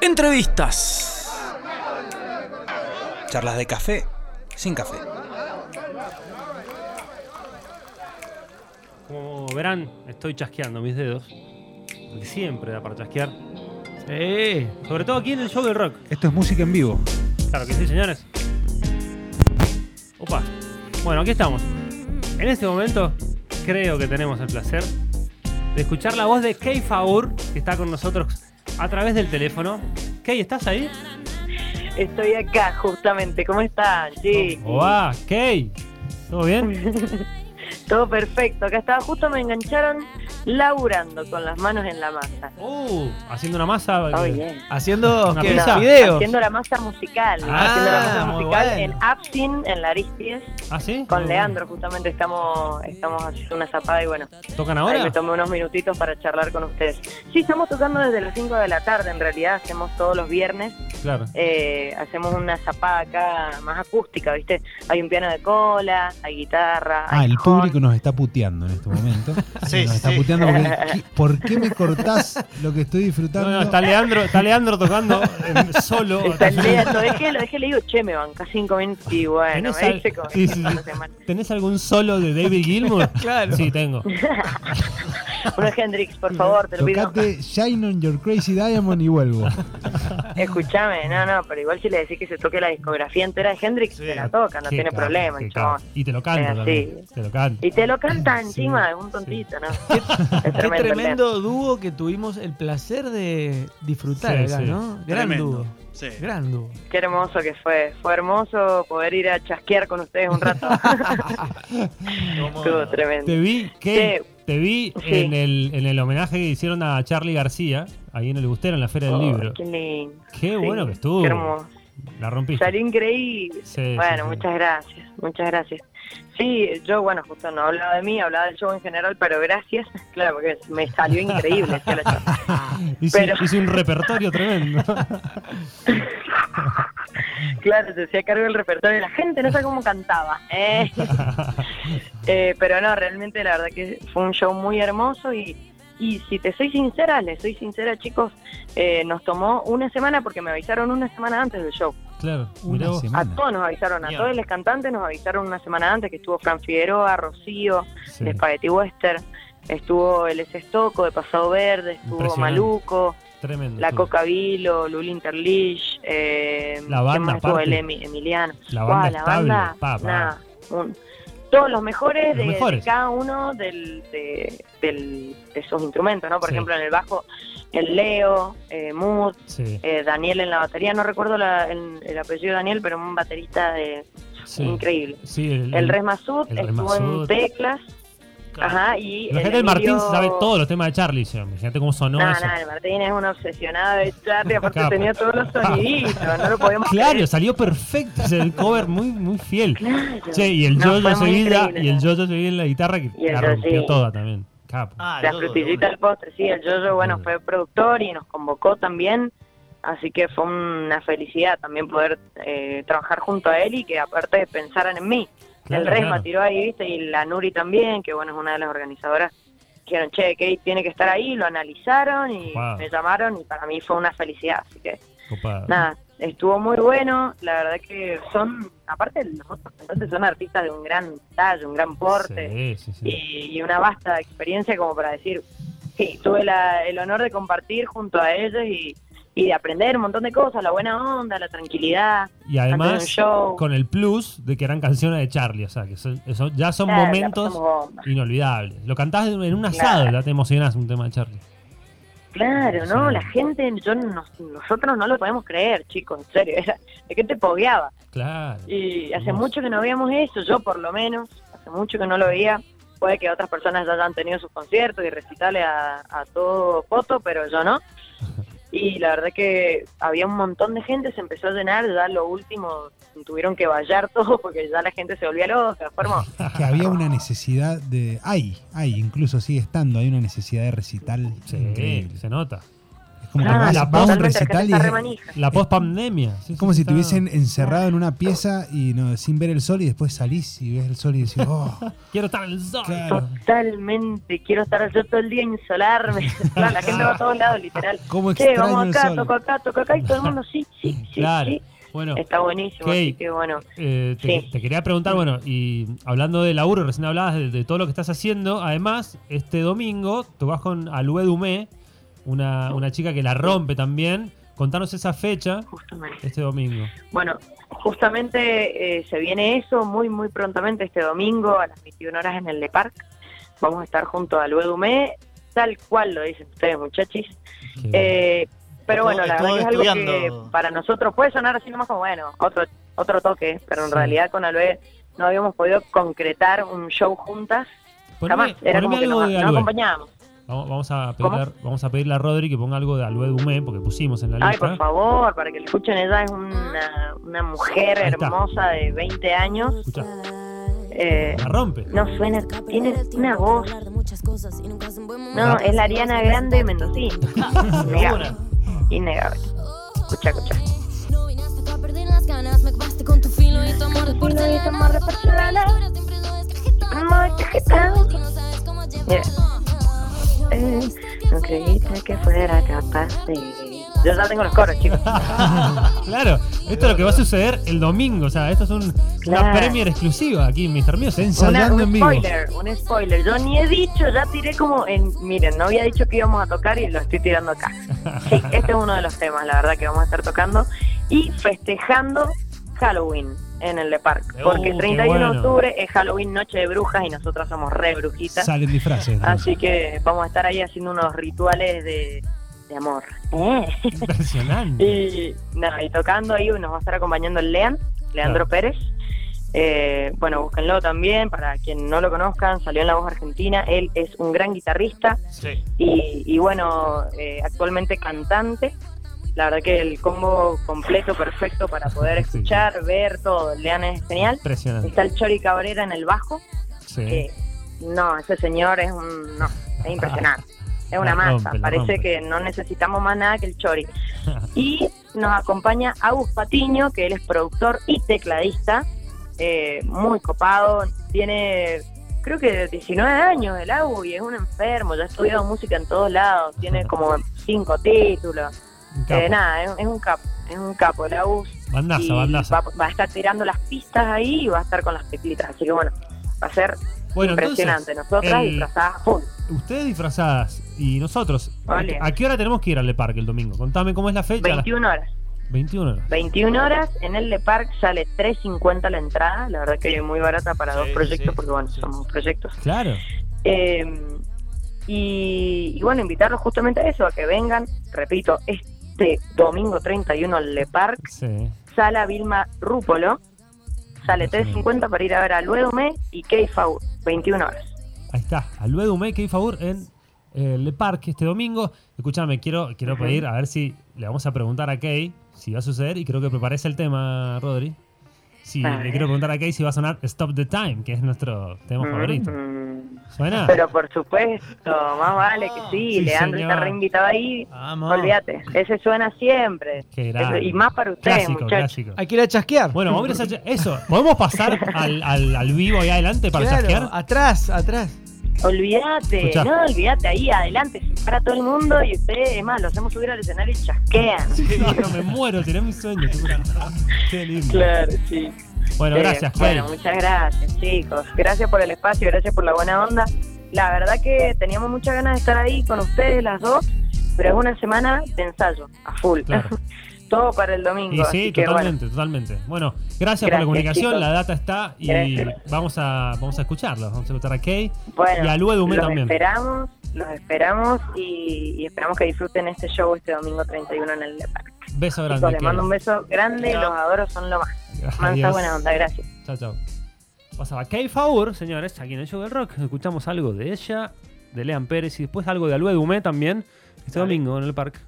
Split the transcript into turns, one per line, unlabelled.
Entrevistas.
Charlas de café, sin café.
Como verán, estoy chasqueando mis dedos. Porque siempre da para chasquear.
Sí.
Sobre todo aquí en el show del rock.
Esto es música en vivo.
Claro que sí, señores. Opa. Bueno, aquí estamos. En este momento, creo que tenemos el placer de escuchar la voz de Kei Faur, que está con nosotros a través del teléfono. Kei, ¿estás ahí?
Estoy acá, justamente. ¿Cómo están, chicos?
¡Hola, Kei! ¿Todo bien?
Todo perfecto. Acá estaba, justo me engancharon laburando con las manos en la masa.
¡Uh! Haciendo una masa.
Está bien.
Haciendo
Una
¿qué?
pizza.
No,
videos.
Haciendo la masa musical.
Ah,
haciendo la masa
muy
musical
bueno.
en Absin, en la Aristides.
¿Ah, sí?
Con
Muy
Leandro, justamente estamos, estamos haciendo una zapada y bueno,
bueno. ¿Tocan
ahí
ahora?
me tomé unos minutitos para charlar con ustedes. Sí, estamos tocando desde las 5 de la tarde, en realidad, hacemos todos los viernes.
Claro.
eh, hacemos una zapada acá más acústica, ¿viste? Hay un piano de cola, hay guitarra.
Ah,
hay
el
cajón.
público nos está puteando en este momento.
Sí,
nos está
sí.
puteando porque, ¿qué- ¿Por qué me cortás lo que estoy
No,
disfrutando?
no, está Leandro, está Leandro tocando em, solo.
Está el dedo, lo dejé, lo dejé, le digo, che, me banca 5 minutos y bueno,
¿Tenés
me
al-
dice como-
sí, sí, sí. ¿Tenés algún solo de David Gilmour?
Claro.
Sí, tengo.
Uno Hendrix, por favor, te lo pido.
Tocate Shine on Your Crazy Diamond y vuelvo.
Escuchame, no, no, pero igual si le decís que se toque la discografía entera de Hendrix,
Sí.
se la toca, no
Qué
tiene
ca-
problema,
qué
el
ca-
chabón.
Y te lo canta
Eh,
también.
sí.
Te lo canta.
Y te lo canta
Sí.
encima, un tontito, ¿no? Es
Qué
tremendo. el tema.
tremendo dúo que tuvimos el placer de disfrutar
Sí,
acá,
sí.
¿no? Gran
Tremendo.
dúo.
Sí.
Gran dúo.
Qué hermoso que fue. Fue hermoso poder ir a chasquear con ustedes un rato.
Como-
Estuvo tremendo.
Te vi, que
Sí.
te vi
Sí.
en, el, en el homenaje que hicieron a Charlie García, ahí en el Bustero, en la Feria del
Oh,
Libro.
Qué lindo.
Qué
Sí,
bueno que estuvo.
Qué hermoso.
La rompiste.
Salió increíble.
Sí, sí,
Bueno,
sí.
muchas gracias, muchas gracias. Sí, yo, bueno, justo no hablaba de mí, hablaba del show en general, pero gracias, claro, porque me salió increíble. hacía la charla.
Hice,
pero-
hice un repertorio tremendo.
claro, se hacía cargo el repertorio de la gente, no sé cómo cantaba. eh. Eh, pero no, realmente la verdad que fue un show muy hermoso y, y si te soy sincera, les soy sincera, chicos, eh, nos tomó una semana porque me avisaron una semana antes del show.
claro, mirá
Una
vos.
A
semana.
todos nos avisaron, a
Bien.
todos los cantantes nos avisaron una semana antes que estuvo Fran Figueroa, Rocío.
Sí.
de Spaghetti Western, estuvo el S. Estoco de Pasado Verde, estuvo
Impresionante.
Maluco,
Tremendo.
La
estuvo.
Coca Vilo, Lulín Interlish, eh,
La banda,
¿quién más estuvo?
aparte.
El Emi- Emiliano.
La banda
Guau, la
estable.
banda,
pa, pa.
nada, un- todos los mejores,
Los
de, de
mejores.
cada uno del, de, del- de esos instrumentos, ¿no? Por
Sí.
ejemplo, en el bajo, el Leo, eh, Mood,
Sí,
eh, Daniel en la batería, no recuerdo la- el, el apellido de Daniel, pero un baterista de,
sí.
increíble.
Sí, el,
El Res Masud
el Res
estuvo
Masud.
en teclas,
Claro.
Ajá, y.
La gente del
el
Martín se sabe
Emilio-
todos los temas de Charlie. ya. Imagínate cómo sonó
No, no,
eso.
el Martín es un obsesionado de Charlie, aparte
Capo.
tenía todos los soniditos, no lo podemos
Claro,
creer.
salió perfecto. es el cover muy, muy fiel.
Claro.
Che, y el
No,
Jojo
fue muy
Sevilla,
increíble,
y el
¿no?
Jojo Sevilla en la guitarra que
Y el
la rompió
Jojo.
toda también. Capo.
Ah,
La
yo-
frutillita del postre, sí, el Jojo, bueno,
Mm.
fue productor y nos convocó también, así que fue una felicidad también poder eh, trabajar junto a él y que aparte pensaran en mí.
Claro,
el Resma
claro.
tiró ahí, viste, y la Nuri también, que bueno, es una de las organizadoras. Dijeron, che, Kate tiene que estar ahí, lo analizaron y
Wow.
me llamaron y para mí fue una felicidad, así que
Copado.
nada, estuvo muy bueno. La verdad que son, aparte los otros cantantes son artistas de un gran tallo, un gran porte
Sí, sí, sí.
y, y una vasta experiencia como para decir, sí, tuve la- el honor de compartir junto a ellos y, y de aprender un montón de cosas, la buena onda, la tranquilidad,
Y
antes de un
además,
show.
con el plus de que eran canciones de Charlie. O sea, que son- eso ya son
Ah, la
momentos
pasamos bomba.
inolvidables. Lo cantás en un asado, ya te emocionás un tema de Charlie.
Claro, no,
Sí.
la gente, yo no- nosotros no lo podemos creer, chicos, en serio, era, la gente pogueaba.
Claro.
Y hace
Hermoso.
mucho que no veíamos eso, yo por lo menos, hace mucho que no lo veía. Puede que otras personas ya hayan tenido sus conciertos y recitales a, a todo poto, pero yo no. Y la verdad que había un montón de gente, se empezó a llenar, ya lo último tuvieron que vallar todo porque ya la gente se volvía loca, fue hermoso.
Es que había una necesidad de. Hay, hay, incluso sigue estando, hay una necesidad de recital
Sí, Ah,
increíble.
se nota.
Es como que
Claro,
vas,
la
vas a un
Ah, totalmente, la
recital
gente
y
está
es
re manija.
La post-pandemia. Sí, sí,
como
sí,
si
está-
estuviesen encerrado en una pieza y no, sin ver el sol y después salís y ves el sol y decís, oh,
Quiero estar en el sol.
claro.
Totalmente, quiero estar yo todo el día insolarme. Claro, la gente va a todos lados, literal.
¿Cómo
Che,
extraño
vamos
el
acá,
sol?
toco acá, toco acá, y todo el mundo sí, sí, sí,
Claro.
sí.
Bueno,
Está buenísimo,
Key.
así que bueno.
eh, te,
Sí.
te quería preguntar, bueno, y hablando de laburo, recién hablabas de, de todo lo que estás haciendo. Además, este domingo tocas con Alue Dumé, una, una chica que la rompe también. Contanos esa fecha
Justamente.
este domingo.
Bueno, justamente eh, se viene eso muy, muy prontamente este domingo a las 21 horas en el Le Parc. Vamos a estar junto a Luego Dumé, tal cual lo dicen ustedes, muchachis.
Que-
Eh, pero
Estuvo-
bueno, la
estuvo
verdad que es algo que
estudiando.
para nosotros puede sonar así nomás como, bueno, otro, otro toque, pero en
Sí.
realidad con Aloe no habíamos podido concretar un show juntas.
poneme-
jamás,
poneme
era como que
algo
nos,
de
nos
Alue.
acompañábamos.
Vamos, vamos a pedirle, a- vamos a pedirle a Rodri que ponga algo de Alue Dumé, porque pusimos en la
Ay,
lista.
por favor, para que lo escuchen, ella es una, una mujer
Ahí está.
hermosa de 20 años.
Escuchá,
Eh,
la rompe.
No suena, tiene una voz. No,
Ah.
No,
es la Ariana Grande Mendocino. Innegable. Innegable. Escucha, escucha.
No viniste acá a perder las ganas, me acabaste con tu filo y tu amor de porcelana.
tu amor de porcelana.
Ahora te emprendo descajetado.
Amor descajetado.
Y no sabes cómo llevarlo.
Mira. Eh, no creíste que fuera capaz de. Yo ya tengo los coros, chicos.
Claro, esto es lo que va a suceder el domingo. O sea, esto es un- una
Claro.
premier exclusiva aquí, Mr. Mío.
Una-
ensayando
un
en vivo.
spoiler, un spoiler. Yo ni he dicho, ya tiré como en. Miren, no había dicho que íbamos a tocar y lo estoy tirando acá. Sí, este es uno de los temas, la verdad, que vamos a estar tocando. Y festejando Halloween en el Le Parc.
Uh,
Porque
qué
31 de
bueno.
octubre es Halloween, noche de brujas, y nosotras somos re brujitas.
Salen disfraces. entonces.
Así que vamos a estar ahí haciendo unos rituales de, de amor.
Impresionante.
Y, nada, y tocando ahí nos va a estar acompañando el Lean, Leandro
Claro.
Pérez. Eh, bueno, búsquenlo también, para quien no lo conozcan, salió en La Voz Argentina. Él es un gran guitarrista
Sí.
y, y bueno, eh, actualmente cantante. La verdad que el combo completo, perfecto para poder
Sí.
escuchar, ver todo. Lean es genial.
Impresionante.
Está el Chori Cabrera en el bajo.
Sí.
Eh, no, ese señor es un. No, es impresionante. Es una
La
masa.
rompe, la
Parece
rompe.
que no necesitamos más nada que el chori. Y nos acompaña Agus Patiño, que él es productor y tecladista. eh, muy copado. Tiene. Creo que 19 años el Agus y es un enfermo, ya ha estudiado música en todos lados, tiene como cinco títulos,
Un
Eh,
capo.
nada, es, es un capo, es un capo el Agus y
Bandaza,
va,
bandaza.
va a estar tirando las pistas ahí y va a estar con las teclitas, así que bueno, va a ser
Bueno,
Impresionante,
entonces,
nosotras
el-
disfrazadas full.
ustedes disfrazadas y nosotros,
Vale.
¿a qué hora tenemos que ir al parque el domingo? Contame cómo es la fecha. A las
21 horas.
21 horas.
21 horas, en el Le Parc sale 3.50 la entrada, la verdad que es muy barata para
Sí,
dos proyectos,
sí,
porque bueno,
sí.
somos proyectos.
Claro.
Eh, y, y bueno, invitarlos justamente a eso, a que vengan, repito, este domingo 31 al Le Parc,
Sí.
sala Vilma Rúpolo, sale 3.50 para ir a ver a Luedume y K-Fau, 21 horas.
Ahí está, al Dumé, que hay favor en eh, Le Parque este domingo. Escúchame, quiero, quiero
Ajá.
pedir, a ver si le vamos a preguntar a Kay si va a suceder, y creo que preparé el tema, Rodri. Sí,
A
le
ver.
quiero preguntar a Kay si va a sonar Stop the Time, que es nuestro tema favorito.
Mm,
¿Suena?
Pero por supuesto, más vale que sí,
Sí,
Leandro está
señor.
re invitado ahí,
Vamos.
Olvídate, ese suena siempre.
Qué grande.
Eso- y más para ustedes,
Clásico,
muchachos.
clásico.
Hay que ir a chasquear.
Bueno, vamos a ir a cha- eso. ¿Podemos pasar al, al, al vivo ahí adelante para
Claro,
chasquear?
Atrás, atrás.
Olvídate,
Escuchá.
no, olvídate, ahí adelante, se para todo el mundo y ustedes, es más, lo hacemos subir al escenario y chasquean.
No, no, me muero, tenés mi sueño. te juro. Qué lindo.
Claro, sí.
Bueno,
Eh,
gracias, Kay.
Bueno, muchas gracias, chicos. Gracias por el espacio, gracias por la buena onda. La verdad que teníamos muchas ganas de estar ahí con ustedes las dos, pero es una semana de ensayo, a full.
Claro.
todo para el domingo.
Y
así
sí,
que, bueno,
totalmente, totalmente. Bueno, gracias, por la
Gracias,
comunicación,
chicos.
la data está y
Gracias.
vamos a vamos a escucharlos, vamos a escuchar a Kay
Bueno,
y a Lua Dumé
los
también.
esperamos, los esperamos y, y esperamos que disfruten este show este domingo 31 en el Lepa.
Beso grande.
Chicos, les
Kay.
mando un beso grande,
Chao.
los adoro, son lo más. Mansa
Adiós.
buena onda, gracias.
Chao, chao. Pasaba Kay Faur, señores, aquí en el show del rock. Escuchamos algo de ella, de Lean Pérez y después algo de Alue Dumé también este domingo en el parque.